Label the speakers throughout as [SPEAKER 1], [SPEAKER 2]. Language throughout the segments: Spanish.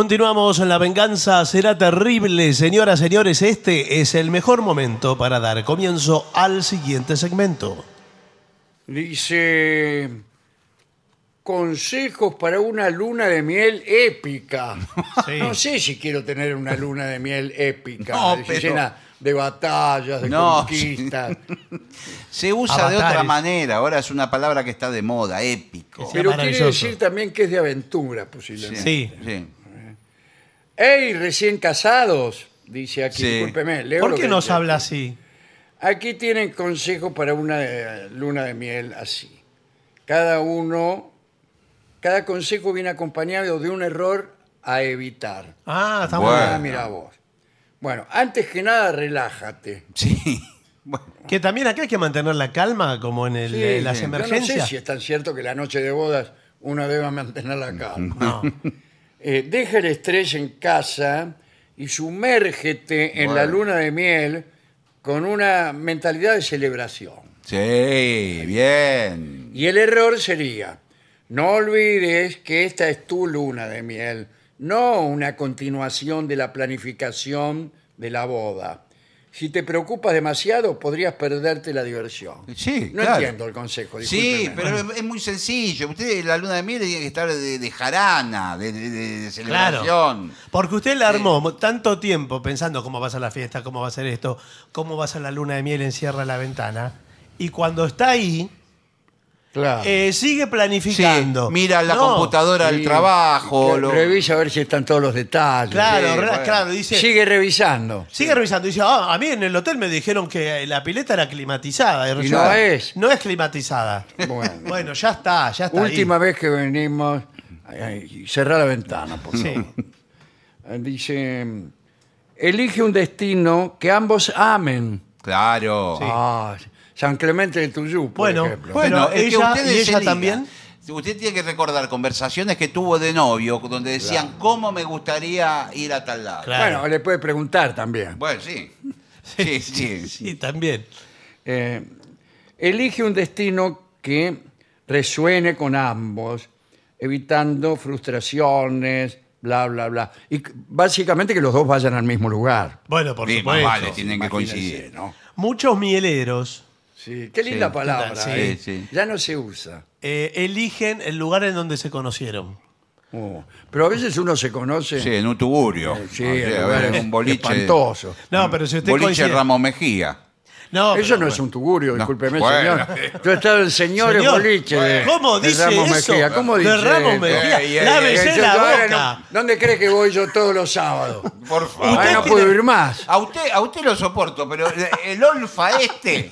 [SPEAKER 1] Continuamos en La Venganza Será Terrible. Señoras, señores, este es el mejor momento para dar comienzo al siguiente segmento.
[SPEAKER 2] Dice, consejos para una luna de miel épica.
[SPEAKER 1] Sí.
[SPEAKER 2] No sé si quiero tener una luna de miel épica,
[SPEAKER 3] No,
[SPEAKER 2] de-
[SPEAKER 3] pero-
[SPEAKER 2] llena de batallas, de
[SPEAKER 3] No,
[SPEAKER 2] conquistas.
[SPEAKER 3] Se usa de
[SPEAKER 1] Avatares.
[SPEAKER 3] otra manera, ahora es una palabra que está de moda, épico.
[SPEAKER 1] Sí.
[SPEAKER 2] Pero quiere
[SPEAKER 1] maravilloso.
[SPEAKER 2] decir también que es de aventura, posiblemente.
[SPEAKER 1] Sí.
[SPEAKER 3] Sí.
[SPEAKER 2] ¡Ey, recién casados! Dice aquí,
[SPEAKER 3] Sí.
[SPEAKER 2] discúlpeme. leo
[SPEAKER 1] ¿Por
[SPEAKER 2] lo
[SPEAKER 1] qué
[SPEAKER 2] que
[SPEAKER 1] nos
[SPEAKER 2] dice.
[SPEAKER 1] habla así?
[SPEAKER 2] Aquí tienen consejos para una eh, luna de miel así. Cada uno, cada consejo viene acompañado de un error a evitar.
[SPEAKER 1] Ah, estamos.
[SPEAKER 3] Bueno.
[SPEAKER 2] Ah, mira vos. Bueno, antes que nada, relájate.
[SPEAKER 3] Sí. Bueno,
[SPEAKER 1] Que también acá hay que mantener la calma, como en el-
[SPEAKER 2] Sí,
[SPEAKER 1] eh, las
[SPEAKER 3] sí. Yo
[SPEAKER 2] Yo no sé
[SPEAKER 1] emergencias.
[SPEAKER 2] si es tan cierto que la noche de bodas uno deba mantener la calma.
[SPEAKER 1] No.
[SPEAKER 2] Eh, deja el estrés en casa y sumérgete en
[SPEAKER 3] Bueno.
[SPEAKER 2] la luna de miel con una mentalidad de celebración.
[SPEAKER 3] sí, bien.
[SPEAKER 2] Y el error sería, no olvides que esta es tu luna de miel, no una continuación de la planificación de la boda. Si te preocupas demasiado, podrías perderte la diversión.
[SPEAKER 3] Sí,
[SPEAKER 2] no
[SPEAKER 3] claro.
[SPEAKER 2] entiendo el consejo.
[SPEAKER 3] Sí,
[SPEAKER 2] discúlpeme.
[SPEAKER 3] pero es es muy sencillo. Usted la luna de miel tiene que estar de, de jarana, de, de- de- de
[SPEAKER 1] Claro.
[SPEAKER 3] celebración.
[SPEAKER 1] Porque usted la armó mo- tanto tiempo pensando cómo va a ser la fiesta, cómo va a ser esto, cómo va a ser la luna de miel, encierra la ventana. Y cuando está ahí,
[SPEAKER 2] Claro.
[SPEAKER 1] eh, sigue
[SPEAKER 3] Sí,
[SPEAKER 1] planificando.
[SPEAKER 3] mira la
[SPEAKER 1] No,
[SPEAKER 3] computadora del
[SPEAKER 2] Sí.
[SPEAKER 3] trabajo.
[SPEAKER 2] Que
[SPEAKER 3] lo-
[SPEAKER 2] Revisa a ver si están todos los detalles.
[SPEAKER 1] Claro,
[SPEAKER 3] Sí,
[SPEAKER 1] re-
[SPEAKER 3] bueno.
[SPEAKER 1] claro, dice. Sigue,
[SPEAKER 2] Sigue revisando.
[SPEAKER 1] revisando. Dice, "Ah, a mí en el hotel me dijeron que eh, la pileta era climatizada. Y
[SPEAKER 2] no
[SPEAKER 1] resulta-
[SPEAKER 2] es.
[SPEAKER 1] No es climatizada.
[SPEAKER 2] Bueno.
[SPEAKER 1] Bueno, ya está, ya está. ahí.
[SPEAKER 2] Última vez que venimos. ay, ay, cerrá la ventana, por
[SPEAKER 1] Sí.
[SPEAKER 2] favor. Eh, Dice, elige un destino que ambos amen.
[SPEAKER 3] Claro.
[SPEAKER 2] Ah, San Clemente de Tuyú, por
[SPEAKER 1] Bueno,
[SPEAKER 2] ejemplo.
[SPEAKER 1] bueno.
[SPEAKER 3] Bueno, es
[SPEAKER 1] ella-
[SPEAKER 3] que ustedes
[SPEAKER 1] ¿y ella
[SPEAKER 3] elijan.
[SPEAKER 1] también?
[SPEAKER 3] Usted tiene que recordar conversaciones que tuvo de novio, donde decían cómo me gustaría ir a tal lado.
[SPEAKER 1] Claro.
[SPEAKER 2] Bueno, le puede preguntar también.
[SPEAKER 3] Bueno, sí. Sí, sí, sí.
[SPEAKER 1] Sí, también.
[SPEAKER 2] Eh, elige un destino que resuene con ambos, evitando frustraciones, bla, bla, bla. Y c- básicamente que los dos vayan al mismo lugar.
[SPEAKER 1] Bueno, por
[SPEAKER 3] Sí, más
[SPEAKER 1] supuesto.
[SPEAKER 3] vale, tienen que
[SPEAKER 2] Imagínense,
[SPEAKER 3] coincidir.
[SPEAKER 2] ¿no?
[SPEAKER 1] Muchos mieleros
[SPEAKER 2] Sí, qué linda
[SPEAKER 3] Sí.
[SPEAKER 2] palabra.
[SPEAKER 1] Sí,
[SPEAKER 2] ¿eh?
[SPEAKER 3] sí.
[SPEAKER 2] Ya no se usa.
[SPEAKER 1] eh, eligen el lugar en donde se conocieron.
[SPEAKER 2] Oh, Pero a veces uno se conoce.
[SPEAKER 3] Sí, en un tugurio.
[SPEAKER 2] Sí,
[SPEAKER 3] Ah,
[SPEAKER 2] en
[SPEAKER 3] a
[SPEAKER 2] lugares
[SPEAKER 3] ver, un boliche.
[SPEAKER 2] espantosos.
[SPEAKER 1] No, pero si usted
[SPEAKER 3] boliche
[SPEAKER 1] coincide-
[SPEAKER 3] Ramos Mejía.
[SPEAKER 1] No,
[SPEAKER 2] Eso
[SPEAKER 1] pero-
[SPEAKER 2] no es un tugurio, discúlpeme,
[SPEAKER 3] Bueno.
[SPEAKER 2] señor. Yo he estado en señores
[SPEAKER 1] Señor,
[SPEAKER 2] boliche. de-
[SPEAKER 1] ¿Cómo
[SPEAKER 2] de
[SPEAKER 1] dice
[SPEAKER 2] Ramos
[SPEAKER 1] eso?
[SPEAKER 2] Mejía, ¿Cómo
[SPEAKER 1] De
[SPEAKER 2] dice?
[SPEAKER 1] Ramos Mejía.
[SPEAKER 3] Ey, ey,
[SPEAKER 1] Lávese
[SPEAKER 2] Yo- yo
[SPEAKER 1] la
[SPEAKER 2] ahora
[SPEAKER 1] boca.
[SPEAKER 2] no- ¿Dónde crees que voy yo todos los sábados?
[SPEAKER 3] Por favor.
[SPEAKER 2] Ahora no
[SPEAKER 1] tiene-
[SPEAKER 2] puedo ir más.
[SPEAKER 3] A usted, a usted lo soporto, pero el olfa este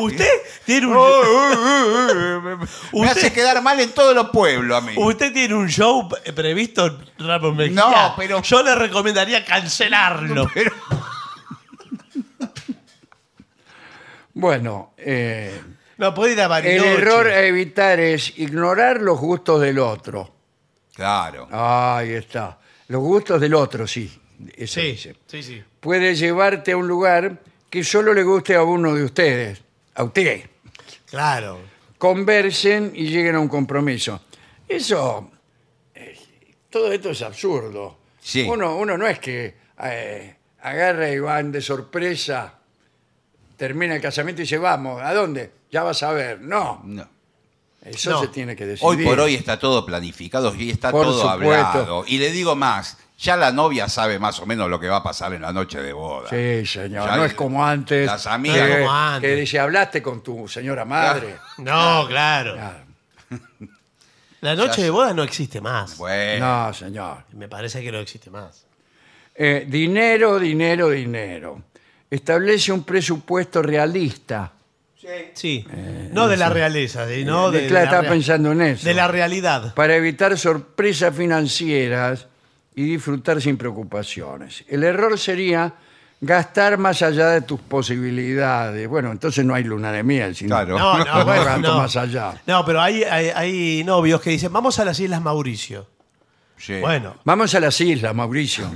[SPEAKER 1] Usted tiene un,
[SPEAKER 3] me hace quedar mal en todos los pueblos a mí.
[SPEAKER 1] usted tiene un show pre- previsto, Ramos Mejía.
[SPEAKER 3] No, pero-
[SPEAKER 1] Yo le recomendaría cancelarlo.
[SPEAKER 3] Pero-
[SPEAKER 2] Bueno, eh,
[SPEAKER 1] No puede ir a
[SPEAKER 2] el
[SPEAKER 1] Bariloche.
[SPEAKER 2] error a evitar es ignorar los gustos del otro.
[SPEAKER 3] Claro.
[SPEAKER 2] Ah, Ahí está. Los gustos del otro, sí. Eso
[SPEAKER 1] Sí,
[SPEAKER 2] dice.
[SPEAKER 1] sí, sí.
[SPEAKER 2] Puede llevarte a un lugar que solo le guste a uno de ustedes. A usted.
[SPEAKER 1] Claro.
[SPEAKER 2] Conversen y lleguen a un compromiso. Eso. eh, todo esto es absurdo.
[SPEAKER 3] Sí.
[SPEAKER 2] Uno, uno no es que eh, agarra y van de sorpresa, termina el casamiento y dice, vamos, ¿a dónde? Ya vas a ver. No.
[SPEAKER 3] No.
[SPEAKER 2] Eso
[SPEAKER 1] No.
[SPEAKER 2] se tiene que decidir.
[SPEAKER 3] Hoy por hoy está todo planificado y está
[SPEAKER 2] Por
[SPEAKER 3] todo
[SPEAKER 2] supuesto.
[SPEAKER 3] hablado. Y le digo más, ya la novia sabe más o menos lo que va a pasar en la noche de boda.
[SPEAKER 2] Sí, señor.
[SPEAKER 3] Ya
[SPEAKER 2] no
[SPEAKER 3] el-
[SPEAKER 2] es como antes.
[SPEAKER 3] las amigas.
[SPEAKER 2] que-
[SPEAKER 1] Como antes.
[SPEAKER 2] Que dice, hablaste con tu señora madre.
[SPEAKER 1] No, claro.
[SPEAKER 2] Claro.
[SPEAKER 1] La noche de bodas no existe más.
[SPEAKER 3] Bueno,
[SPEAKER 2] No, señor.
[SPEAKER 1] Me parece que no existe más.
[SPEAKER 2] Eh, dinero, dinero, dinero. Establece un presupuesto realista.
[SPEAKER 1] Sí. no de la realeza, sí, no de,
[SPEAKER 2] Eh,
[SPEAKER 1] de
[SPEAKER 2] claro,
[SPEAKER 1] la
[SPEAKER 2] estaba
[SPEAKER 1] rea-
[SPEAKER 2] pensando en eso.
[SPEAKER 1] de la realidad.
[SPEAKER 2] Para evitar sorpresas financieras y disfrutar sin preocupaciones. El error sería gastar más allá de tus posibilidades. Bueno, entonces no hay luna de miel, sino
[SPEAKER 3] Claro.
[SPEAKER 1] No, no,
[SPEAKER 2] Bueno,
[SPEAKER 1] bueno, no.
[SPEAKER 2] más allá.
[SPEAKER 1] No, pero hay, hay, hay novios que dicen, vamos a las Islas Mauricio.
[SPEAKER 3] sí.
[SPEAKER 1] Bueno,
[SPEAKER 2] Vamos a las islas, Mauricio.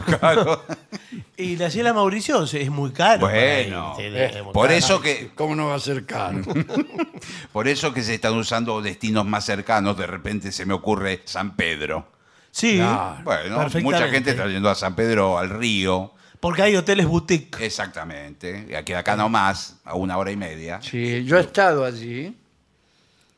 [SPEAKER 1] y las Islas Mauricio es es muy caro. para
[SPEAKER 3] Bueno,
[SPEAKER 1] ir, sí,
[SPEAKER 2] eh,
[SPEAKER 1] es muy
[SPEAKER 3] por
[SPEAKER 1] caro.
[SPEAKER 3] eso que
[SPEAKER 2] ¿Cómo no va a ser caro?
[SPEAKER 3] por eso que se están usando destinos más cercanos, de repente se me ocurre San Pedro.
[SPEAKER 1] Sí,
[SPEAKER 2] No,
[SPEAKER 3] Bueno, mucha
[SPEAKER 1] perfectamente.
[SPEAKER 3] gente está yendo a San Pedro, al río.
[SPEAKER 1] Porque hay hoteles boutique.
[SPEAKER 3] Exactamente. Y aquí acá nomás, a una hora y media.
[SPEAKER 2] Sí, yo he estado allí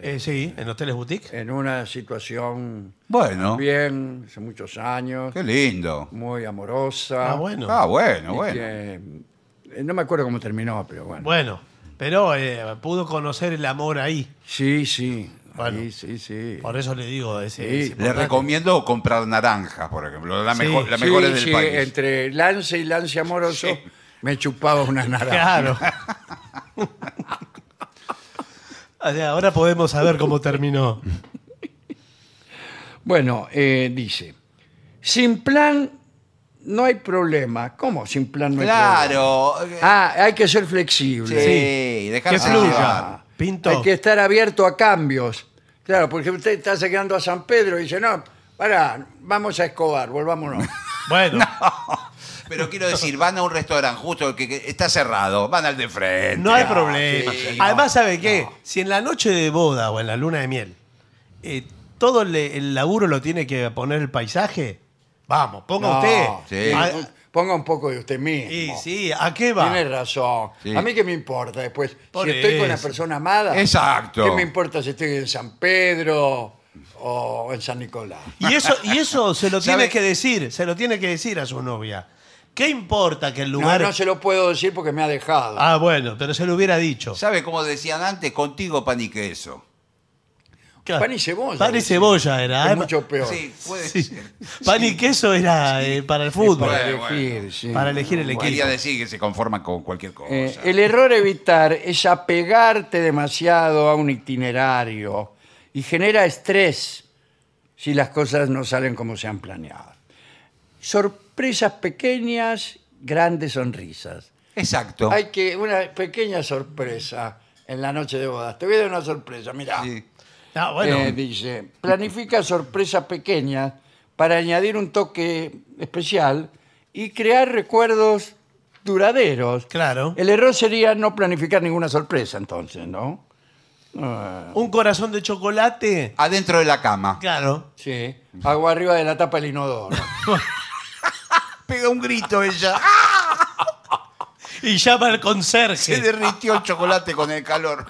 [SPEAKER 1] Eh, sí, en hoteles boutique.
[SPEAKER 2] en una situación
[SPEAKER 3] Bueno,
[SPEAKER 2] bien, hace muchos años,
[SPEAKER 3] qué lindo.
[SPEAKER 2] muy amorosa.
[SPEAKER 1] Ah, bueno.
[SPEAKER 3] Ah, bueno,
[SPEAKER 2] y
[SPEAKER 3] bueno.
[SPEAKER 2] que, eh, no me acuerdo cómo terminó, pero bueno.
[SPEAKER 1] Bueno, pero eh, pudo conocer el amor ahí.
[SPEAKER 2] Sí, sí.
[SPEAKER 1] Bueno.
[SPEAKER 2] ahí, sí, sí.
[SPEAKER 1] Por eso le digo. ese-
[SPEAKER 2] Sí,
[SPEAKER 1] es
[SPEAKER 2] le
[SPEAKER 3] Le
[SPEAKER 1] importante.
[SPEAKER 3] recomiendo comprar naranjas, por ejemplo, las
[SPEAKER 1] Sí,
[SPEAKER 3] mejor, las
[SPEAKER 2] Sí,
[SPEAKER 3] mejores del
[SPEAKER 2] sí,
[SPEAKER 3] país.
[SPEAKER 2] entre lance y lance amoroso
[SPEAKER 3] Sí.
[SPEAKER 2] me chupaba una naranja.
[SPEAKER 1] Claro. O sea, ahora podemos saber cómo terminó.
[SPEAKER 2] Bueno, eh, dice, sin plan no hay problema. ¿Cómo sin plan no hay problema?
[SPEAKER 3] Claro.
[SPEAKER 2] Ah, hay que ser
[SPEAKER 3] sí,
[SPEAKER 2] flexible. Ah,
[SPEAKER 1] Sí.
[SPEAKER 3] dejarse
[SPEAKER 1] Que
[SPEAKER 3] llevar.
[SPEAKER 1] fluya. Pinto.
[SPEAKER 2] Hay que estar abierto a cambios. Claro, porque usted está llegando a San Pedro y dice, no, para, vamos a Escobar, volvámonos.
[SPEAKER 1] Bueno,
[SPEAKER 3] Pero quiero decir, van a un restaurante justo que, que está cerrado, van al de frente.
[SPEAKER 1] no hay
[SPEAKER 3] Ah,
[SPEAKER 1] problema.
[SPEAKER 3] sí, no.
[SPEAKER 1] Además, ¿sabe qué? Si en la noche de boda o en la luna de miel eh, todo le- el laburo lo tiene que poner el paisaje, vamos, ponga
[SPEAKER 2] No,
[SPEAKER 1] usted.
[SPEAKER 3] sí.
[SPEAKER 1] A-
[SPEAKER 2] Ponga un poco de usted mismo.
[SPEAKER 1] y sí, ¿a qué va?
[SPEAKER 2] Tiene razón.
[SPEAKER 3] Sí.
[SPEAKER 2] A mí que me importa después.
[SPEAKER 1] Por
[SPEAKER 2] si estoy con la
[SPEAKER 1] eso.
[SPEAKER 2] persona amada.
[SPEAKER 3] Exacto.
[SPEAKER 2] ¿Qué me importa si estoy en San Pedro o en San Nicolás?
[SPEAKER 1] Y eso, y eso se lo tiene
[SPEAKER 3] ¿Sabe?
[SPEAKER 1] que decir, se lo tiene que decir a su novia. ¿Qué importa que el
[SPEAKER 2] No,
[SPEAKER 1] lugar...
[SPEAKER 2] no se lo puedo decir porque me ha dejado.
[SPEAKER 1] Ah, bueno, pero se lo hubiera dicho.
[SPEAKER 3] ¿Sabe cómo decían antes? Contigo pan y queso.
[SPEAKER 1] Claro.
[SPEAKER 2] Pan y cebolla.
[SPEAKER 1] Pan y
[SPEAKER 2] dice.
[SPEAKER 1] cebolla era.
[SPEAKER 2] Es
[SPEAKER 1] ¿eh?
[SPEAKER 2] mucho peor.
[SPEAKER 3] Sí, puede
[SPEAKER 1] Sí.
[SPEAKER 3] ser.
[SPEAKER 1] Pan y queso era eh, para el fútbol.
[SPEAKER 2] Para
[SPEAKER 3] Bueno,
[SPEAKER 2] elegir,
[SPEAKER 3] bueno.
[SPEAKER 2] sí.
[SPEAKER 1] Para elegir el equipo.
[SPEAKER 3] Quería decir que se conforman con cualquier cosa.
[SPEAKER 2] Eh, el error a evitar es apegarte demasiado a un itinerario y genera estrés si las cosas no salen como se han planeado. Sorpresas pequeñas, grandes sonrisas.
[SPEAKER 3] Exacto.
[SPEAKER 2] Hay que una pequeña sorpresa en la noche de bodas. Te voy a dar una sorpresa, mira.
[SPEAKER 3] Sí.
[SPEAKER 1] Ah, bueno,
[SPEAKER 2] dice, planifica sorpresas pequeñas para añadir un toque especial y crear recuerdos duraderos.
[SPEAKER 1] claro.
[SPEAKER 2] El error sería no planificar ninguna sorpresa, entonces, ¿no? Ah,
[SPEAKER 1] Un corazón de chocolate.
[SPEAKER 3] Adentro de la cama.
[SPEAKER 1] Claro.
[SPEAKER 2] sí. Agua arriba de la tapa del inodoro.
[SPEAKER 3] Pega un grito ella.
[SPEAKER 1] Y llama al
[SPEAKER 3] Se
[SPEAKER 1] conserje.
[SPEAKER 3] derritió el chocolate con el calor.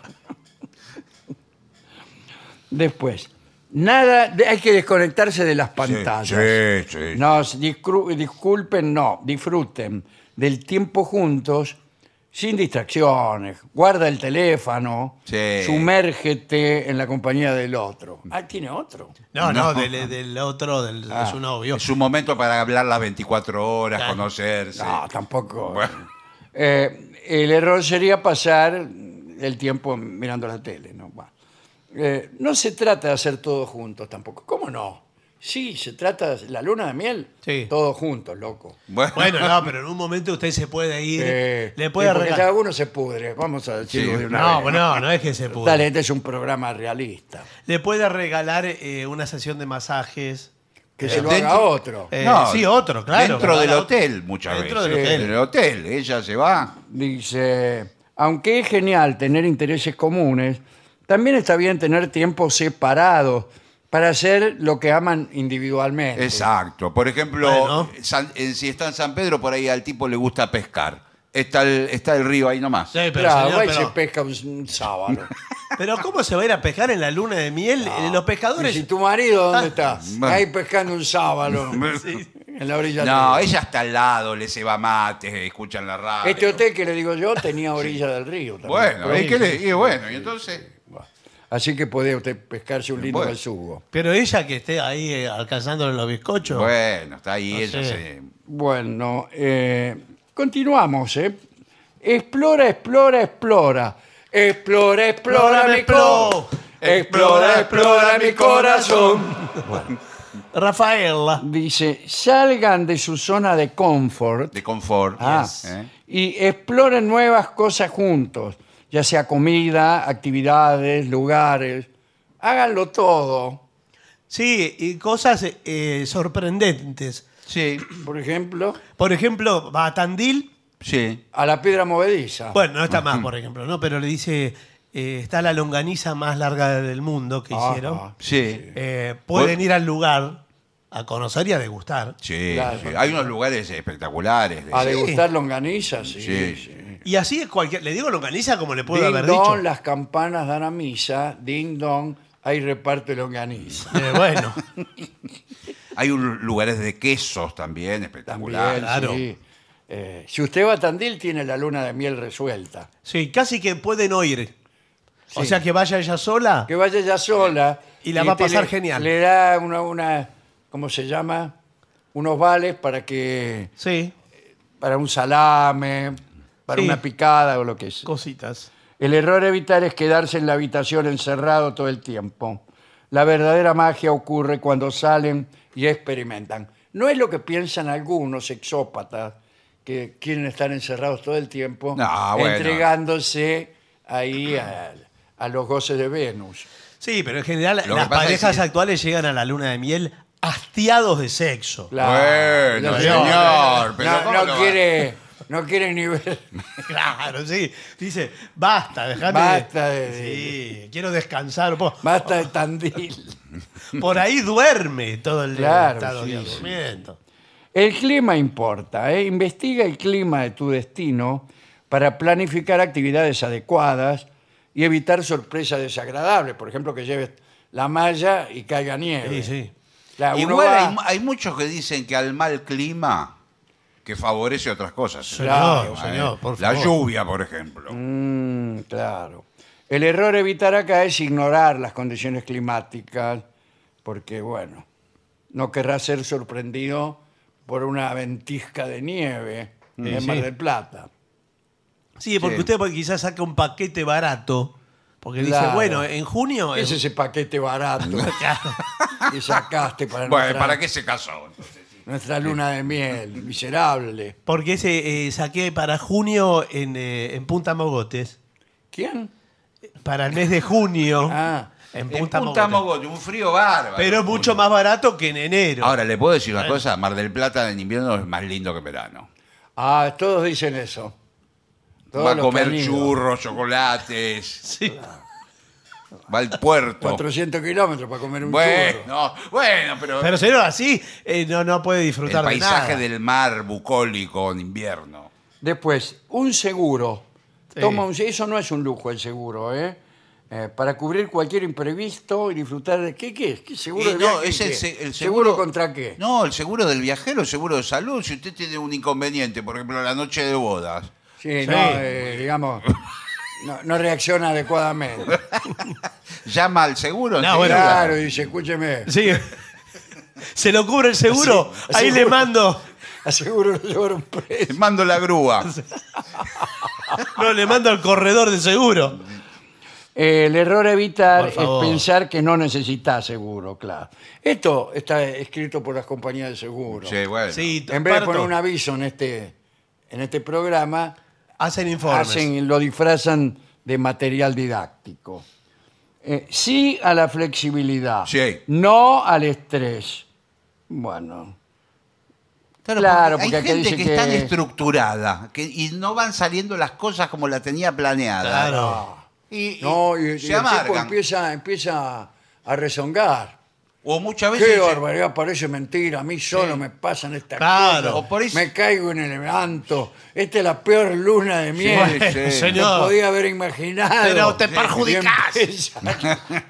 [SPEAKER 2] Después, nada, de- hay que desconectarse de las pantallas.
[SPEAKER 3] Sí, sí, sí.
[SPEAKER 2] Nos discru- disculpen, no, disfruten del tiempo juntos sin distracciones. Guarda el teléfono,
[SPEAKER 3] Sí.
[SPEAKER 2] sumérgete en la compañía del otro. Ah, tiene otro.
[SPEAKER 1] No, no,
[SPEAKER 3] No.
[SPEAKER 1] del, del otro, del,
[SPEAKER 2] Ah.
[SPEAKER 1] de su novio.
[SPEAKER 3] Es un momento para hablar las 24 horas,
[SPEAKER 1] Claro.
[SPEAKER 3] conocerse.
[SPEAKER 2] No, tampoco.
[SPEAKER 3] Bueno.
[SPEAKER 2] Eh, el error sería pasar el tiempo mirando la tele. No, Bueno. Eh, no se trata de hacer todo juntos tampoco. ¿Cómo no? Sí, se trata de la luna de miel.
[SPEAKER 1] Sí.
[SPEAKER 2] Todos juntos, loco.
[SPEAKER 3] Bueno,
[SPEAKER 1] Bueno, no, pero en un momento usted se puede ir.
[SPEAKER 2] Eh,
[SPEAKER 1] le puede
[SPEAKER 2] sí, porque
[SPEAKER 1] regalar.
[SPEAKER 2] cada uno se pudre. Vamos a decirlo
[SPEAKER 3] Sí.
[SPEAKER 2] de una
[SPEAKER 1] No,
[SPEAKER 2] vez.
[SPEAKER 1] no, no es que se puede.
[SPEAKER 2] Dale, este es un programa realista.
[SPEAKER 1] Le puede regalar eh, una sesión de masajes.
[SPEAKER 2] Que se lo
[SPEAKER 3] dentro-
[SPEAKER 2] haga otro.
[SPEAKER 1] Eh, sí, otro, claro.
[SPEAKER 3] Dentro
[SPEAKER 1] Para
[SPEAKER 3] del
[SPEAKER 1] la-
[SPEAKER 3] hotel, muchas
[SPEAKER 1] Dentro
[SPEAKER 3] veces.
[SPEAKER 1] del hotel.
[SPEAKER 3] En el hotel. Ella se va.
[SPEAKER 2] Dice, aunque es genial tener intereses comunes, también está bien tener tiempos separados para hacer lo que aman individualmente.
[SPEAKER 3] Exacto. Por ejemplo,
[SPEAKER 1] Este. Bueno.
[SPEAKER 3] San- eh, si está en San Pedro, por ahí al tipo le gusta pescar. Está el, está el río ahí nomás.
[SPEAKER 1] Sí, pero,
[SPEAKER 2] Claro,
[SPEAKER 1] señor,
[SPEAKER 2] va y
[SPEAKER 1] pero-
[SPEAKER 2] se pesca un, un sábado.
[SPEAKER 3] Ah.
[SPEAKER 1] pero ¿cómo se va a ir a pescar en la luna de miel? Eh, Los pescadores. Ah.
[SPEAKER 2] Y si tu marido, ¿dónde está?
[SPEAKER 3] Bueno.
[SPEAKER 2] Ahí pescando un sábado.
[SPEAKER 1] Sí.
[SPEAKER 2] En la orilla
[SPEAKER 3] No,
[SPEAKER 2] del río.
[SPEAKER 3] ella está al lado, le se va mates, escuchan la radio.
[SPEAKER 2] Este hotel que le digo yo tenía orilla del río. también.
[SPEAKER 3] Bueno,
[SPEAKER 2] Pero-
[SPEAKER 3] ¿y, qué le- y bueno, y entonces.
[SPEAKER 2] Así que podía usted pescarse un lindo
[SPEAKER 3] Bueno.
[SPEAKER 2] besugo.
[SPEAKER 1] Pero ella que esté ahí eh, alcanzándole los bizcochos.
[SPEAKER 3] Bueno, está ahí
[SPEAKER 2] Ah,
[SPEAKER 3] ella.
[SPEAKER 1] sé.
[SPEAKER 3] se-
[SPEAKER 2] Bueno, eh, continuamos, ¿eh? Explora, explora, explora. Explora, explora mi corazón. Explora, explora mi corazón.
[SPEAKER 1] Rafaela.
[SPEAKER 2] Dice, salgan de su zona de confort
[SPEAKER 3] De confort.
[SPEAKER 2] Ah,
[SPEAKER 3] ¿eh?
[SPEAKER 2] y exploren nuevas cosas juntos, ya sea comida, actividades, lugares. Háganlo todo.
[SPEAKER 1] Sí, y cosas eh, sorprendentes.
[SPEAKER 3] Sí,
[SPEAKER 2] Por ejemplo,
[SPEAKER 1] Por ejemplo, va a Tandil.
[SPEAKER 3] sí.
[SPEAKER 2] a la piedra movediza.
[SPEAKER 1] Bueno, no está más, por ejemplo, ¿no? Pero le dice, eh, está la longaniza más larga del mundo que
[SPEAKER 2] Ajá.
[SPEAKER 1] hicieron.
[SPEAKER 3] Sí.
[SPEAKER 1] Eh, pueden
[SPEAKER 3] Bueno.
[SPEAKER 1] ir al lugar. a conocer y a degustar.
[SPEAKER 3] Sí,
[SPEAKER 2] Claro.
[SPEAKER 3] sí. hay unos lugares espectaculares. de-
[SPEAKER 2] A degustar longanizas, sí.
[SPEAKER 3] Sí,
[SPEAKER 2] sí.
[SPEAKER 1] Y así es cualquier. Le digo longaniza como le puedo
[SPEAKER 2] Ding
[SPEAKER 1] haber
[SPEAKER 2] dong,
[SPEAKER 1] dicho.
[SPEAKER 2] las campanas dan a misa, ding dong, hay reparto de longaniza.
[SPEAKER 1] Eh, bueno,
[SPEAKER 3] Hay un- lugares de quesos también
[SPEAKER 2] También,
[SPEAKER 3] espectaculares.
[SPEAKER 1] claro.
[SPEAKER 2] sí. Eh, si usted va a Tandil, tiene la luna de miel resuelta.
[SPEAKER 1] sí, casi que pueden oír. O
[SPEAKER 2] Sí.
[SPEAKER 1] sea que vaya ella sola.
[SPEAKER 2] Que vaya ya sola.
[SPEAKER 1] Y la va a
[SPEAKER 2] te
[SPEAKER 1] pasar
[SPEAKER 2] le-
[SPEAKER 1] genial.
[SPEAKER 2] Le da una, una, ¿cómo se llama? Unos vales para que,
[SPEAKER 1] Sí,
[SPEAKER 2] para un salame, para
[SPEAKER 1] Sí.
[SPEAKER 2] una picada o lo que sea.
[SPEAKER 1] cositas.
[SPEAKER 2] El error a evitar es quedarse en la habitación encerrado todo el tiempo. La verdadera magia ocurre cuando salen y experimentan. No es lo que piensan algunos sexópatas que quieren estar encerrados todo el tiempo,
[SPEAKER 3] No, bueno.
[SPEAKER 2] entregándose ahí a, a los goces de Venus.
[SPEAKER 1] Sí, pero en general
[SPEAKER 3] Lo que
[SPEAKER 1] las
[SPEAKER 3] pasa es
[SPEAKER 1] parejas
[SPEAKER 3] que-
[SPEAKER 1] actuales llegan a la luna de miel hastiados de sexo.
[SPEAKER 2] Claro.
[SPEAKER 3] Bueno,
[SPEAKER 2] No,
[SPEAKER 3] señor, pero
[SPEAKER 2] no,
[SPEAKER 3] ¿cómo
[SPEAKER 2] no
[SPEAKER 3] lo va-
[SPEAKER 2] quiere, no quiere ni ver.
[SPEAKER 1] Claro, sí. Dice, basta, dejame.
[SPEAKER 2] Basta de-
[SPEAKER 1] Sí, quiero descansar. po-
[SPEAKER 2] Basta de Tandil.
[SPEAKER 1] Por ahí duerme todo el
[SPEAKER 2] Claro,
[SPEAKER 1] estado
[SPEAKER 2] sí,
[SPEAKER 1] de
[SPEAKER 2] sí.
[SPEAKER 1] durmiendo.
[SPEAKER 2] El clima importa. ¿eh? Investiga el clima de tu destino para planificar actividades adecuadas y evitar sorpresas desagradables. Por ejemplo, que lleves la malla y caiga
[SPEAKER 1] Sí,
[SPEAKER 2] nieve.
[SPEAKER 1] sí.
[SPEAKER 2] Claro, Ah, uno
[SPEAKER 3] Igual
[SPEAKER 2] va-
[SPEAKER 3] hay, hay muchos que dicen que al mal clima que favorece otras cosas.
[SPEAKER 1] Señor,
[SPEAKER 3] ¿eh?
[SPEAKER 1] señor, por
[SPEAKER 3] La
[SPEAKER 1] favor.
[SPEAKER 3] lluvia, por ejemplo.
[SPEAKER 2] Mm, claro. El error a evitar acá es ignorar las condiciones climáticas, porque, bueno, no querrá ser sorprendido por una ventisca de nieve en
[SPEAKER 1] sí.
[SPEAKER 2] Mar del Plata.
[SPEAKER 1] Sí, porque
[SPEAKER 3] Sí.
[SPEAKER 1] usted porque quizás saca un paquete barato. Porque
[SPEAKER 2] Claro.
[SPEAKER 1] dice, bueno, en junio.
[SPEAKER 2] ¿Qué es ese paquete barato
[SPEAKER 1] Claro.
[SPEAKER 2] que sacaste para
[SPEAKER 3] Bueno,
[SPEAKER 2] nuestra-
[SPEAKER 3] ¿para qué se casó?
[SPEAKER 2] Nuestra luna de miel, miserable.
[SPEAKER 1] Porque ese eh, saqué para junio en, eh, en Punta Mogotes.
[SPEAKER 2] ¿Quién?
[SPEAKER 1] Para el mes de junio.
[SPEAKER 2] Ah,
[SPEAKER 1] en
[SPEAKER 3] En
[SPEAKER 1] Punta,
[SPEAKER 3] Punta
[SPEAKER 1] Mogotes.
[SPEAKER 3] Mogote, un frío bárbaro.
[SPEAKER 1] Pero es mucho más barato que en enero.
[SPEAKER 3] Ahora, ¿le puedo decir una cosa? Mar del Plata en invierno es más lindo que en verano.
[SPEAKER 2] Ah, todos dicen eso. Todos
[SPEAKER 3] Va a
[SPEAKER 2] los que han
[SPEAKER 3] comer
[SPEAKER 2] ido.
[SPEAKER 3] churros, chocolates,
[SPEAKER 1] sí.
[SPEAKER 3] va al puerto.
[SPEAKER 2] 400 kilómetros para comer un churro.
[SPEAKER 3] Bueno, bueno, pero,
[SPEAKER 1] Pero señor, así eh, no, no puede
[SPEAKER 3] el
[SPEAKER 1] disfrutar de
[SPEAKER 3] paisaje
[SPEAKER 1] nada.
[SPEAKER 3] del mar bucólico en invierno.
[SPEAKER 2] Después, un seguro.
[SPEAKER 1] Sí.
[SPEAKER 2] Toma un- eso no es un lujo el seguro, ¿eh? Eh, para cubrir cualquier imprevisto y disfrutar de... ¿Qué, qué es? ¿Qué seguro
[SPEAKER 3] Eh,
[SPEAKER 2] de
[SPEAKER 3] no,
[SPEAKER 2] viaje
[SPEAKER 3] es
[SPEAKER 2] qué?
[SPEAKER 3] el, se- el
[SPEAKER 2] seguro... contra qué?
[SPEAKER 3] No, el seguro del viajero, el seguro de salud. Si usted tiene un inconveniente, por ejemplo, la noche de bodas.
[SPEAKER 2] Sí,
[SPEAKER 1] Sí.
[SPEAKER 2] no, eh, digamos, no, no reacciona adecuadamente.
[SPEAKER 3] Llama al seguro.
[SPEAKER 1] No, bueno,
[SPEAKER 3] enseguida.
[SPEAKER 2] claro, dice, escúcheme,
[SPEAKER 1] Sí. Se lo cubre el seguro.
[SPEAKER 2] Sí,
[SPEAKER 1] Ahí
[SPEAKER 2] seguro.
[SPEAKER 1] le mando.
[SPEAKER 2] aseguro llevar un preso.
[SPEAKER 3] Mando la grúa.
[SPEAKER 1] No, le mando al corredor de seguro.
[SPEAKER 2] Eh, el error a evitar
[SPEAKER 1] Por
[SPEAKER 2] es
[SPEAKER 1] favor.
[SPEAKER 2] pensar que no necesitas seguro, claro. Esto está escrito por las compañías de seguro.
[SPEAKER 3] Sí, bueno.
[SPEAKER 1] Sí,
[SPEAKER 2] en vez de
[SPEAKER 1] parto,
[SPEAKER 2] poner un aviso en este, en este programa,
[SPEAKER 1] hacen informes.
[SPEAKER 2] hacen, lo disfrazan de material didáctico. Eh, sí a la flexibilidad,
[SPEAKER 3] Sí.
[SPEAKER 2] no al estrés. Bueno, Claro, porque
[SPEAKER 3] hay
[SPEAKER 2] acá
[SPEAKER 3] gente
[SPEAKER 2] dice
[SPEAKER 3] que,
[SPEAKER 2] que-
[SPEAKER 3] está estructurada que, y no van saliendo las cosas como la tenía planeada.
[SPEAKER 1] Claro.
[SPEAKER 2] Ah,
[SPEAKER 3] Y, y
[SPEAKER 2] no, y, y
[SPEAKER 3] se
[SPEAKER 2] el tipo
[SPEAKER 3] amargan.
[SPEAKER 2] empieza, empieza a rezongar.
[SPEAKER 3] O muchas veces.
[SPEAKER 2] Qué
[SPEAKER 3] dice,
[SPEAKER 2] barbaridad, parece mentira. A mí solo me pasan estas
[SPEAKER 1] Claro.
[SPEAKER 2] cosas.
[SPEAKER 3] O por eso-
[SPEAKER 2] Me caigo en el levanto. Esta es la peor luna de miel.
[SPEAKER 3] Bueno,
[SPEAKER 2] que
[SPEAKER 1] señor.
[SPEAKER 2] podía haber imaginado.
[SPEAKER 1] Pero te
[SPEAKER 2] Y
[SPEAKER 1] perjudicás.
[SPEAKER 2] empieza,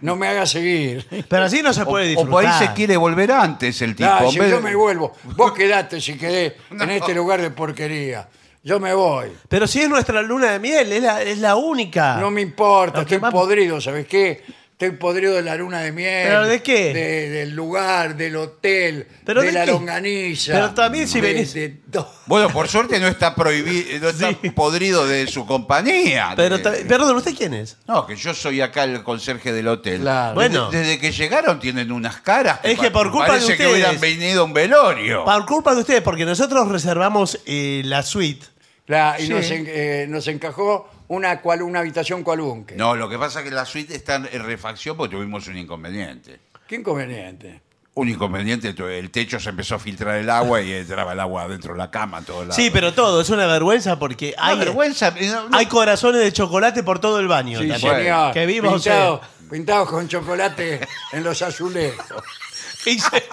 [SPEAKER 2] No me hagas seguir.
[SPEAKER 1] Pero así no se
[SPEAKER 3] O,
[SPEAKER 1] puede
[SPEAKER 3] o
[SPEAKER 1] disfrutar.
[SPEAKER 3] por ahí se quiere volver antes el tipo.
[SPEAKER 2] Nah,
[SPEAKER 3] en
[SPEAKER 2] si
[SPEAKER 3] vez
[SPEAKER 2] yo
[SPEAKER 3] de-
[SPEAKER 2] me vuelvo. Vos quedate si quedé en este lugar de porquería. Yo me voy.
[SPEAKER 1] Pero si es nuestra luna de miel, es la, es la única.
[SPEAKER 2] No me importa.
[SPEAKER 1] Ah. Lo que
[SPEAKER 2] Estoy
[SPEAKER 1] más-
[SPEAKER 2] podrido, ¿sabes qué? Estoy podrido de la luna de miel.
[SPEAKER 1] ¿Pero de qué?
[SPEAKER 2] de- del lugar, del hotel,
[SPEAKER 1] ¿Pero
[SPEAKER 2] de,
[SPEAKER 1] de
[SPEAKER 2] la
[SPEAKER 1] qué?
[SPEAKER 2] longaniza.
[SPEAKER 1] Pero también si
[SPEAKER 2] de-
[SPEAKER 1] venís-
[SPEAKER 2] de todo.
[SPEAKER 3] Bueno, por suerte no está prohibido, no está
[SPEAKER 1] Sí.
[SPEAKER 3] podrido de su compañía.
[SPEAKER 1] Pero,
[SPEAKER 3] De-
[SPEAKER 1] ta- perdón, ¿usted quién es?
[SPEAKER 3] No, que yo soy acá el conserje del hotel.
[SPEAKER 2] Claro.
[SPEAKER 1] Bueno.
[SPEAKER 3] Desde, desde que llegaron tienen unas caras.
[SPEAKER 1] Es que por
[SPEAKER 3] pa-
[SPEAKER 1] culpa de
[SPEAKER 3] parece que
[SPEAKER 1] ustedes.
[SPEAKER 3] hubieran venido a un velorio.
[SPEAKER 1] Por culpa de ustedes, porque nosotros reservamos eh, la suite.
[SPEAKER 2] La- y
[SPEAKER 1] Sí.
[SPEAKER 2] nos, en- eh, nos encajó una, cual, una habitación cualunque.
[SPEAKER 3] No, lo que pasa es que la suite está en refacción porque tuvimos un inconveniente.
[SPEAKER 2] Qué inconveniente.
[SPEAKER 3] Un inconveniente, tu- el techo se empezó a filtrar el agua y entraba el agua dentro de la cama, a todos lados.
[SPEAKER 1] Sí, pero todo, es una vergüenza porque
[SPEAKER 3] Una
[SPEAKER 1] hay, eh,
[SPEAKER 3] vergüenza. eh, no, no.
[SPEAKER 1] hay corazones de chocolate por todo el baño.
[SPEAKER 2] Sí,
[SPEAKER 1] también.
[SPEAKER 3] bueno.
[SPEAKER 2] señor.
[SPEAKER 1] Que viva
[SPEAKER 2] Pintado- Pintados con chocolate en los azulejos.
[SPEAKER 1] Y dice,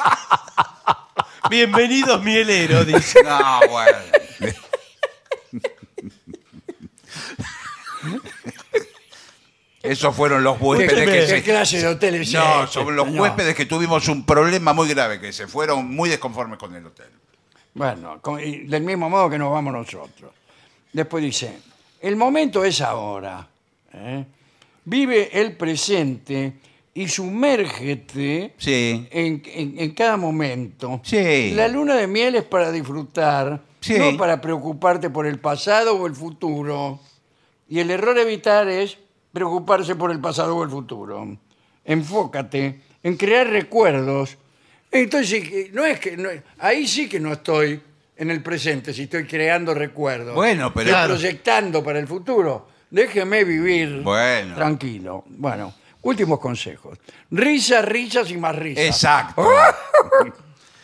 [SPEAKER 1] Bienvenidos mieleros, dice.
[SPEAKER 3] No, bueno. Esos fueron los huéspedes
[SPEAKER 1] Déjeme.
[SPEAKER 3] que
[SPEAKER 2] ¿Qué
[SPEAKER 3] se...
[SPEAKER 2] clase de hotel es
[SPEAKER 3] No,
[SPEAKER 2] este?
[SPEAKER 3] son los
[SPEAKER 2] No.
[SPEAKER 3] huéspedes que tuvimos un problema muy grave, que se fueron muy desconformes con el hotel.
[SPEAKER 2] Bueno, con- y del mismo modo que nos vamos nosotros. Después dice, el momento es ahora. ¿eh? Vive el presente y sumérgete
[SPEAKER 3] Sí.
[SPEAKER 2] en, en- en cada momento.
[SPEAKER 3] Sí.
[SPEAKER 2] La luna de miel es para disfrutar,
[SPEAKER 3] Sí.
[SPEAKER 2] no para preocuparte por el pasado o el futuro. Y el error a evitar es preocuparse por el pasado o el futuro. Enfócate en crear recuerdos. Entonces, eh, no es que no- ahí sí que no estoy en el presente, si estoy creando recuerdos.
[SPEAKER 3] Bueno, pero-
[SPEAKER 2] Estoy
[SPEAKER 1] Claro.
[SPEAKER 2] proyectando para el futuro. Déjeme vivir
[SPEAKER 3] Bueno.
[SPEAKER 2] tranquilo. Bueno, últimos consejos. Risas, risas y más risas.
[SPEAKER 3] Exacto.
[SPEAKER 1] ¡Oh!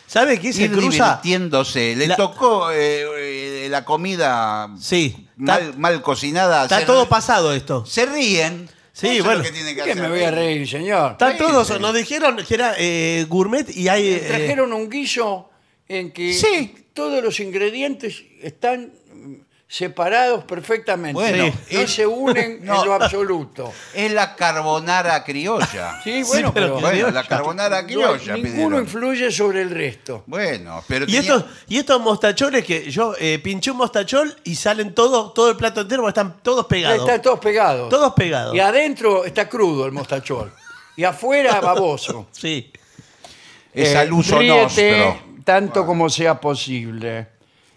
[SPEAKER 1] ¿Sabe qué se
[SPEAKER 3] Ir
[SPEAKER 1] cruza?
[SPEAKER 3] divirtiéndose. Le
[SPEAKER 1] La-
[SPEAKER 3] tocó eh, eh, la comida
[SPEAKER 1] Sí.
[SPEAKER 3] mal,
[SPEAKER 1] Está,
[SPEAKER 3] mal cocinada.
[SPEAKER 1] está
[SPEAKER 3] Se-
[SPEAKER 1] todo pasado esto.
[SPEAKER 3] Se ríen.
[SPEAKER 1] Sí,
[SPEAKER 3] Eso es
[SPEAKER 1] bueno.
[SPEAKER 3] lo que tienen que
[SPEAKER 2] ¿Qué
[SPEAKER 3] hacer.
[SPEAKER 2] me voy a reír, señor?
[SPEAKER 1] Está
[SPEAKER 3] Sí,
[SPEAKER 1] todo.
[SPEAKER 3] sí.
[SPEAKER 1] Nos dijeron que era eh, gourmet y hay. eh,
[SPEAKER 2] Trajeron un guiso en que
[SPEAKER 3] Sí.
[SPEAKER 2] todos los ingredientes están mm, separados perfectamente.
[SPEAKER 3] Bueno,
[SPEAKER 2] no
[SPEAKER 3] y-
[SPEAKER 2] se unen
[SPEAKER 3] No.
[SPEAKER 2] en lo absoluto.
[SPEAKER 3] Es la carbonara criolla.
[SPEAKER 2] Sí, bueno, pero,
[SPEAKER 3] Bueno, la carbonara criolla.
[SPEAKER 2] ninguno
[SPEAKER 3] pidieron.
[SPEAKER 2] influye sobre el resto.
[SPEAKER 3] Bueno, pero
[SPEAKER 1] y,
[SPEAKER 3] tenía-
[SPEAKER 1] estos, y estos mostacholes que yo eh, pinché un mostachol y salen todo, todo el plato entero, porque están todos pegados.
[SPEAKER 2] Están todos pegados.
[SPEAKER 1] Todos pegados.
[SPEAKER 2] Y adentro está crudo el mostachol. Y afuera baboso.
[SPEAKER 1] Sí.
[SPEAKER 3] es
[SPEAKER 2] Eh,
[SPEAKER 3] al uso
[SPEAKER 2] ríete
[SPEAKER 3] nostro.
[SPEAKER 2] Tanto como sea posible.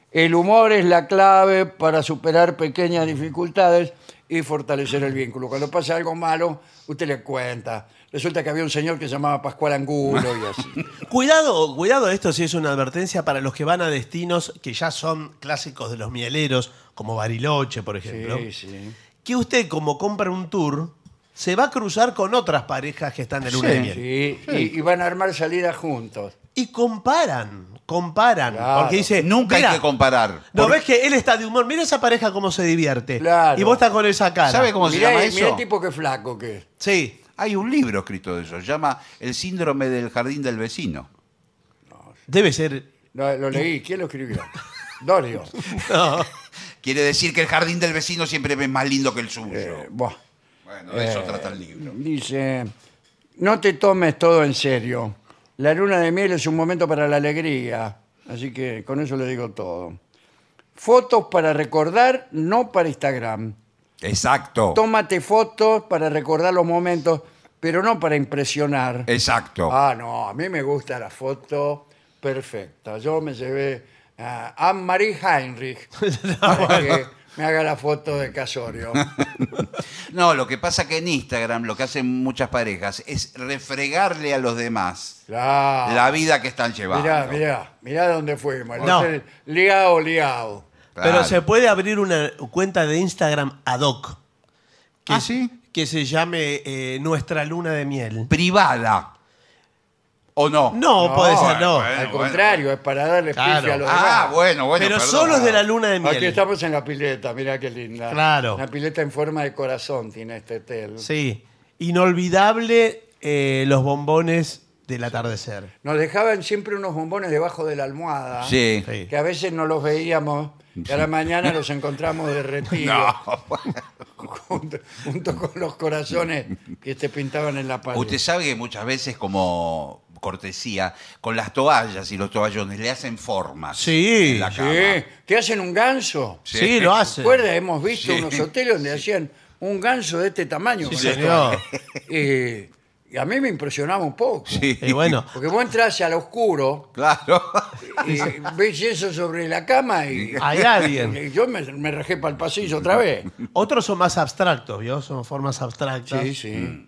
[SPEAKER 2] El humor es la clave para superar pequeñas dificultades y fortalecer el vínculo. Cuando pasa algo malo, usted le cuenta. Resulta que había un señor que se llamaba Pascual Angulo y así.
[SPEAKER 1] Cuidado, cuidado, esto sí es una advertencia para los que van a destinos que ya son clásicos de los mieleros, como Bariloche, por ejemplo.
[SPEAKER 2] Sí, sí.
[SPEAKER 1] Que usted, como compra un tour, se va a cruzar con otras parejas que están de luna de miel.
[SPEAKER 2] Sí, Y, y van a armar salidas juntos.
[SPEAKER 1] Y comparan, comparan.
[SPEAKER 2] Claro.
[SPEAKER 1] Porque dice.
[SPEAKER 3] Nunca
[SPEAKER 1] "Mira,
[SPEAKER 3] hay que comparar.
[SPEAKER 1] ¿No
[SPEAKER 3] Por-
[SPEAKER 1] ves que él está de humor? Mira esa pareja cómo se divierte.
[SPEAKER 2] Claro.
[SPEAKER 1] Y vos estás con esa cara.
[SPEAKER 3] ¿Sabe cómo se
[SPEAKER 2] Mirá,
[SPEAKER 3] llama
[SPEAKER 2] eh, mirá el
[SPEAKER 3] eso?
[SPEAKER 2] tipo que flaco que es.
[SPEAKER 1] Sí.
[SPEAKER 3] Hay un libro escrito de eso. Se llama El síndrome del jardín del vecino.
[SPEAKER 1] Debe ser.
[SPEAKER 2] Lo, lo leí. ¿Quién lo escribió? Dorio.
[SPEAKER 1] No.
[SPEAKER 3] Quiere decir que el jardín del vecino siempre es más lindo que el suyo.
[SPEAKER 2] Eh, buah.
[SPEAKER 3] bueno, de eso trata el libro.
[SPEAKER 2] Dice, no te tomes todo en serio. La luna de miel es un momento para la alegría. Así que con eso le digo todo. Fotos para recordar, no para Instagram.
[SPEAKER 3] Exacto.
[SPEAKER 2] Tómate fotos para recordar los momentos, pero no para impresionar.
[SPEAKER 3] Exacto.
[SPEAKER 2] Ah, no, a mí me gusta la foto perfecta. Yo me llevé a Anne-Marie Heinrich para que me haga la foto de Casorio.
[SPEAKER 3] No, lo que pasa que en Instagram lo que hacen muchas parejas es refregarle a los demás
[SPEAKER 2] Claro.
[SPEAKER 3] la vida que están llevando.
[SPEAKER 2] Mirá, mirá, mirá dónde fuimos. El
[SPEAKER 1] No.
[SPEAKER 2] hotel Liao Liao.
[SPEAKER 3] Claro.
[SPEAKER 1] Pero se puede abrir una cuenta de Instagram ad hoc. Que,
[SPEAKER 3] ¿Ah, sí?
[SPEAKER 1] Que se llame eh, Nuestra Luna de Miel.
[SPEAKER 3] Privada. ¿O no?
[SPEAKER 1] No, puede ser, no.
[SPEAKER 3] bueno.
[SPEAKER 2] Al contrario, es para darle
[SPEAKER 1] Claro.
[SPEAKER 2] pifia a los
[SPEAKER 3] Ah,
[SPEAKER 2] demás.
[SPEAKER 3] bueno, bueno.
[SPEAKER 1] Pero
[SPEAKER 3] perdón.
[SPEAKER 1] solo es de la Luna de Miel.
[SPEAKER 2] Aquí estamos en la pileta, mirá qué linda.
[SPEAKER 1] Claro.
[SPEAKER 2] Una pileta en forma de corazón tiene este hotel.
[SPEAKER 1] Sí. Inolvidable eh, los bombones del atardecer.
[SPEAKER 2] Nos dejaban siempre unos bombones debajo de la almohada.
[SPEAKER 3] Sí.
[SPEAKER 1] Sí.
[SPEAKER 2] Que a veces no los veíamos. Y a la mañana los encontramos derretidos.
[SPEAKER 3] No.
[SPEAKER 2] Junto, junto con los corazones que te pintaban en la pared.
[SPEAKER 3] Usted sabe que muchas veces, como cortesía, con las toallas y los toallones le hacen formas.
[SPEAKER 1] Sí,
[SPEAKER 3] en la
[SPEAKER 2] Sí,
[SPEAKER 3] cama.
[SPEAKER 2] ¿Te hacen un ganso?
[SPEAKER 1] Sí, lo hace.
[SPEAKER 2] ¿Recuerda? Hemos visto
[SPEAKER 3] Sí.
[SPEAKER 2] unos hoteles donde hacían un ganso de este tamaño. con la
[SPEAKER 1] Señor.
[SPEAKER 2] toalla. Eh, y a mí me impresionaba un poco.
[SPEAKER 3] Sí.
[SPEAKER 1] Y bueno,
[SPEAKER 2] Porque vos entras al oscuro
[SPEAKER 3] Claro.
[SPEAKER 2] y ves eso sobre la cama y,
[SPEAKER 1] hay alguien.
[SPEAKER 2] y yo me, me rajé para el pasillo otra vez.
[SPEAKER 1] Otros son más abstractos, ¿vio? Son formas abstractas.
[SPEAKER 2] Sí, sí.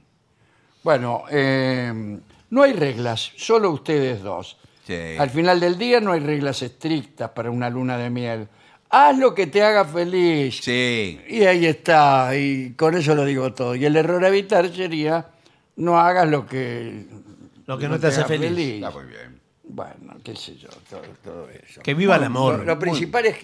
[SPEAKER 2] Bueno, eh, no hay reglas, solo ustedes dos.
[SPEAKER 3] Sí.
[SPEAKER 2] Al final del día no hay reglas estrictas para una luna de miel. Haz lo que te haga feliz.
[SPEAKER 3] Sí.
[SPEAKER 2] Y ahí está, y con eso lo digo todo. Y el error a evitar sería no hagas lo que...
[SPEAKER 1] Lo que no te hace
[SPEAKER 2] haga
[SPEAKER 1] feliz.
[SPEAKER 3] Está muy bien.
[SPEAKER 2] Bueno, qué sé yo, todo, todo eso.
[SPEAKER 1] Que viva el
[SPEAKER 2] Lo,
[SPEAKER 1] amor.
[SPEAKER 2] lo principal es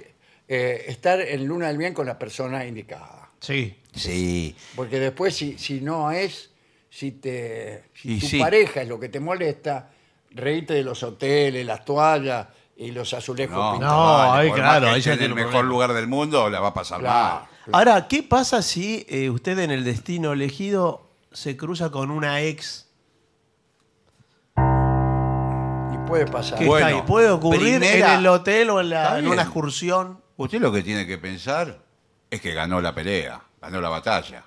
[SPEAKER 2] eh, estar en luna del bien con la persona indicada.
[SPEAKER 1] Sí.
[SPEAKER 3] Sí.
[SPEAKER 2] Porque después si, si no es, si te si
[SPEAKER 3] Y
[SPEAKER 2] tu
[SPEAKER 3] sí.
[SPEAKER 2] pareja es lo que te molesta, reíste de los hoteles, las toallas y los azulejos
[SPEAKER 3] No,
[SPEAKER 2] pintados.
[SPEAKER 1] No,
[SPEAKER 3] vale,
[SPEAKER 1] ahí,
[SPEAKER 3] por
[SPEAKER 1] claro,
[SPEAKER 3] más que
[SPEAKER 1] ahí
[SPEAKER 3] esté
[SPEAKER 1] ya
[SPEAKER 3] en el
[SPEAKER 1] tiene
[SPEAKER 3] mejor
[SPEAKER 1] problema.
[SPEAKER 3] lugar del mundo la va a pasar
[SPEAKER 2] Claro.
[SPEAKER 1] Ahora, ¿qué pasa si eh, usted en el destino elegido se cruza con una ex
[SPEAKER 2] Y puede pasar.
[SPEAKER 1] que
[SPEAKER 3] Bueno,
[SPEAKER 1] está ahí? ¿Puede ocurrir
[SPEAKER 3] primera-
[SPEAKER 1] en el hotel o en, la-
[SPEAKER 3] Está
[SPEAKER 1] en
[SPEAKER 3] bien.
[SPEAKER 1] una excursión?
[SPEAKER 3] mal. Usted lo que tiene que pensar es que ganó la pelea, ganó la batalla.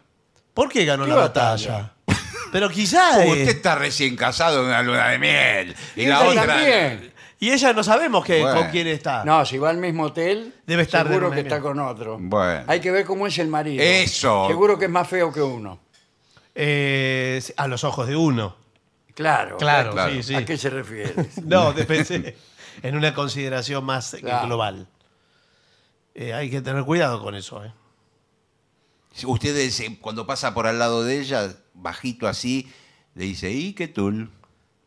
[SPEAKER 1] ¿Por qué ganó
[SPEAKER 2] ¿Qué
[SPEAKER 1] la batalla?
[SPEAKER 2] batalla?
[SPEAKER 1] Pero eh, quizás...
[SPEAKER 3] Usted está recién casado en una luna de miel. Y
[SPEAKER 2] Ella
[SPEAKER 3] la otra.
[SPEAKER 2] también.
[SPEAKER 1] Y ella no sabemos qué,
[SPEAKER 3] Bueno.
[SPEAKER 1] con quién
[SPEAKER 3] Ah.
[SPEAKER 1] está.
[SPEAKER 2] No, si va al mismo hotel,
[SPEAKER 1] Debe estar de
[SPEAKER 2] seguro
[SPEAKER 1] una
[SPEAKER 2] que
[SPEAKER 1] mierda.
[SPEAKER 2] está con otro.
[SPEAKER 3] Bueno.
[SPEAKER 2] Hay que ver cómo es el marido.
[SPEAKER 3] Eso.
[SPEAKER 2] Seguro que es más feo que uno.
[SPEAKER 1] Eh, a los ojos de uno.
[SPEAKER 2] Claro.
[SPEAKER 1] Claro,
[SPEAKER 3] claro.
[SPEAKER 1] sí, sí.
[SPEAKER 2] ¿A qué se refiere?
[SPEAKER 1] No, te pensé en una consideración más eh,
[SPEAKER 2] Claro.
[SPEAKER 1] global. Eh, hay que tener cuidado con eso. ¿eh?
[SPEAKER 3] Usted dice, eh, cuando pasa por al lado de ella, bajito así, le dice, ¿y qué tul?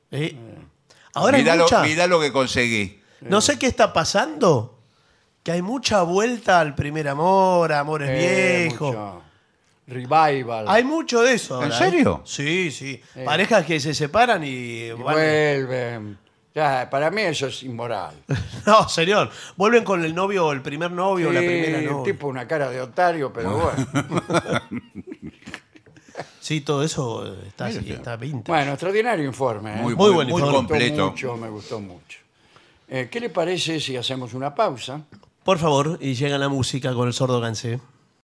[SPEAKER 1] Eh, Ahora hay
[SPEAKER 3] mirá, lo-
[SPEAKER 1] mucha-
[SPEAKER 3] mirá lo que conseguí.
[SPEAKER 1] No sé qué está pasando. Que hay mucha vuelta al primer amor, a amores
[SPEAKER 2] Eh,
[SPEAKER 1] viejos.
[SPEAKER 2] mucho. Revival.
[SPEAKER 1] Hay mucho de eso.
[SPEAKER 3] ¿En
[SPEAKER 1] ahora,
[SPEAKER 3] serio?
[SPEAKER 1] ¿eh? Sí, sí. Parejas que se separan y.
[SPEAKER 2] Y
[SPEAKER 1] van-
[SPEAKER 2] vuelven. Ya, para mí eso es inmoral.
[SPEAKER 1] No, señor. Vuelven con el novio o el primer novio o la
[SPEAKER 2] Sí,
[SPEAKER 1] primera
[SPEAKER 2] un
[SPEAKER 1] novia.
[SPEAKER 2] tipo una cara de otario, pero bueno.
[SPEAKER 1] Sí, todo eso está,
[SPEAKER 3] Mira
[SPEAKER 1] así,
[SPEAKER 3] usted.
[SPEAKER 1] está vintage.
[SPEAKER 2] Bueno, extraordinario informe. ¿eh?
[SPEAKER 1] Muy
[SPEAKER 3] Muy, muy,
[SPEAKER 1] buen
[SPEAKER 3] muy
[SPEAKER 1] informe.
[SPEAKER 2] Me gustó
[SPEAKER 3] completo.
[SPEAKER 2] mucho, me gustó mucho. Eh, ¿Qué le parece si hacemos una pausa?
[SPEAKER 1] Por favor, y llega la música con el sordo cansé.